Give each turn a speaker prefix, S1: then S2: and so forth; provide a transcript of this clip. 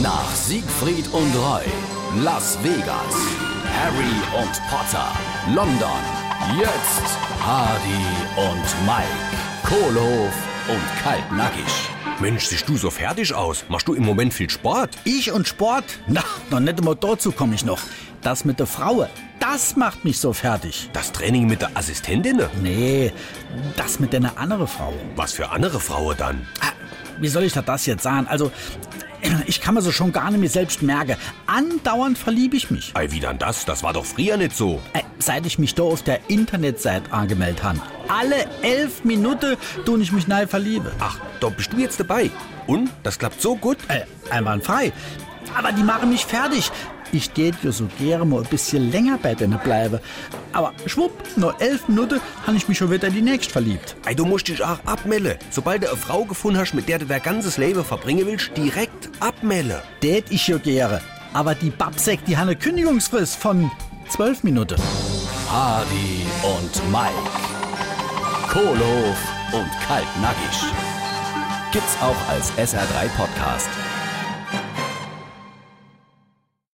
S1: Nach Siegfried und Roy, Las Vegas, Harry und Potter, London, jetzt Hardy und Mike, Kohlhof und Kaltnackig.
S2: Mensch, siehst du so fertig aus? Machst du im Moment viel Sport?
S3: Ich und Sport? Na, noch nicht immer dazu komme ich noch. Das mit der Frau, das macht mich so fertig.
S2: Das Training mit der Assistentin?
S3: Nee, das mit einer anderen Frau.
S2: Was für andere Frauen dann?
S3: Ah, Wie soll ich da das jetzt sagen? Also, ich kann mir so schon gar nicht mehr selbst merken. Andauernd verliebe ich mich.
S2: Ei, wie dann das? Das war doch früher nicht so.
S3: Äh, Seit ich mich da auf der Internetseite angemeldet habe. Alle elf Minuten tun ich mich neu verliebe.
S2: Ach, da bist du jetzt dabei. Und? Das klappt so gut?
S3: Äh, einwandfrei. Aber die machen mich fertig. Ich tät ja so gerne mal ein bisschen länger bei denen bleibe. Aber schwupp, nur elf Minuten habe ich mich schon wieder in die nächste verliebt.
S2: Ei, du musst dich auch abmelden. Sobald du eine Frau gefunden hast, mit der du dein ganzes Leben verbringen willst, direkt abmelden.
S3: Tät ich ja gerne. Aber die Babsek, die hat eine Kündigungsfrist von zwölf Minuten.
S1: Hardy und Mike, Kohlhof und Kaltnackig. Gibt's auch als SR3 Podcast.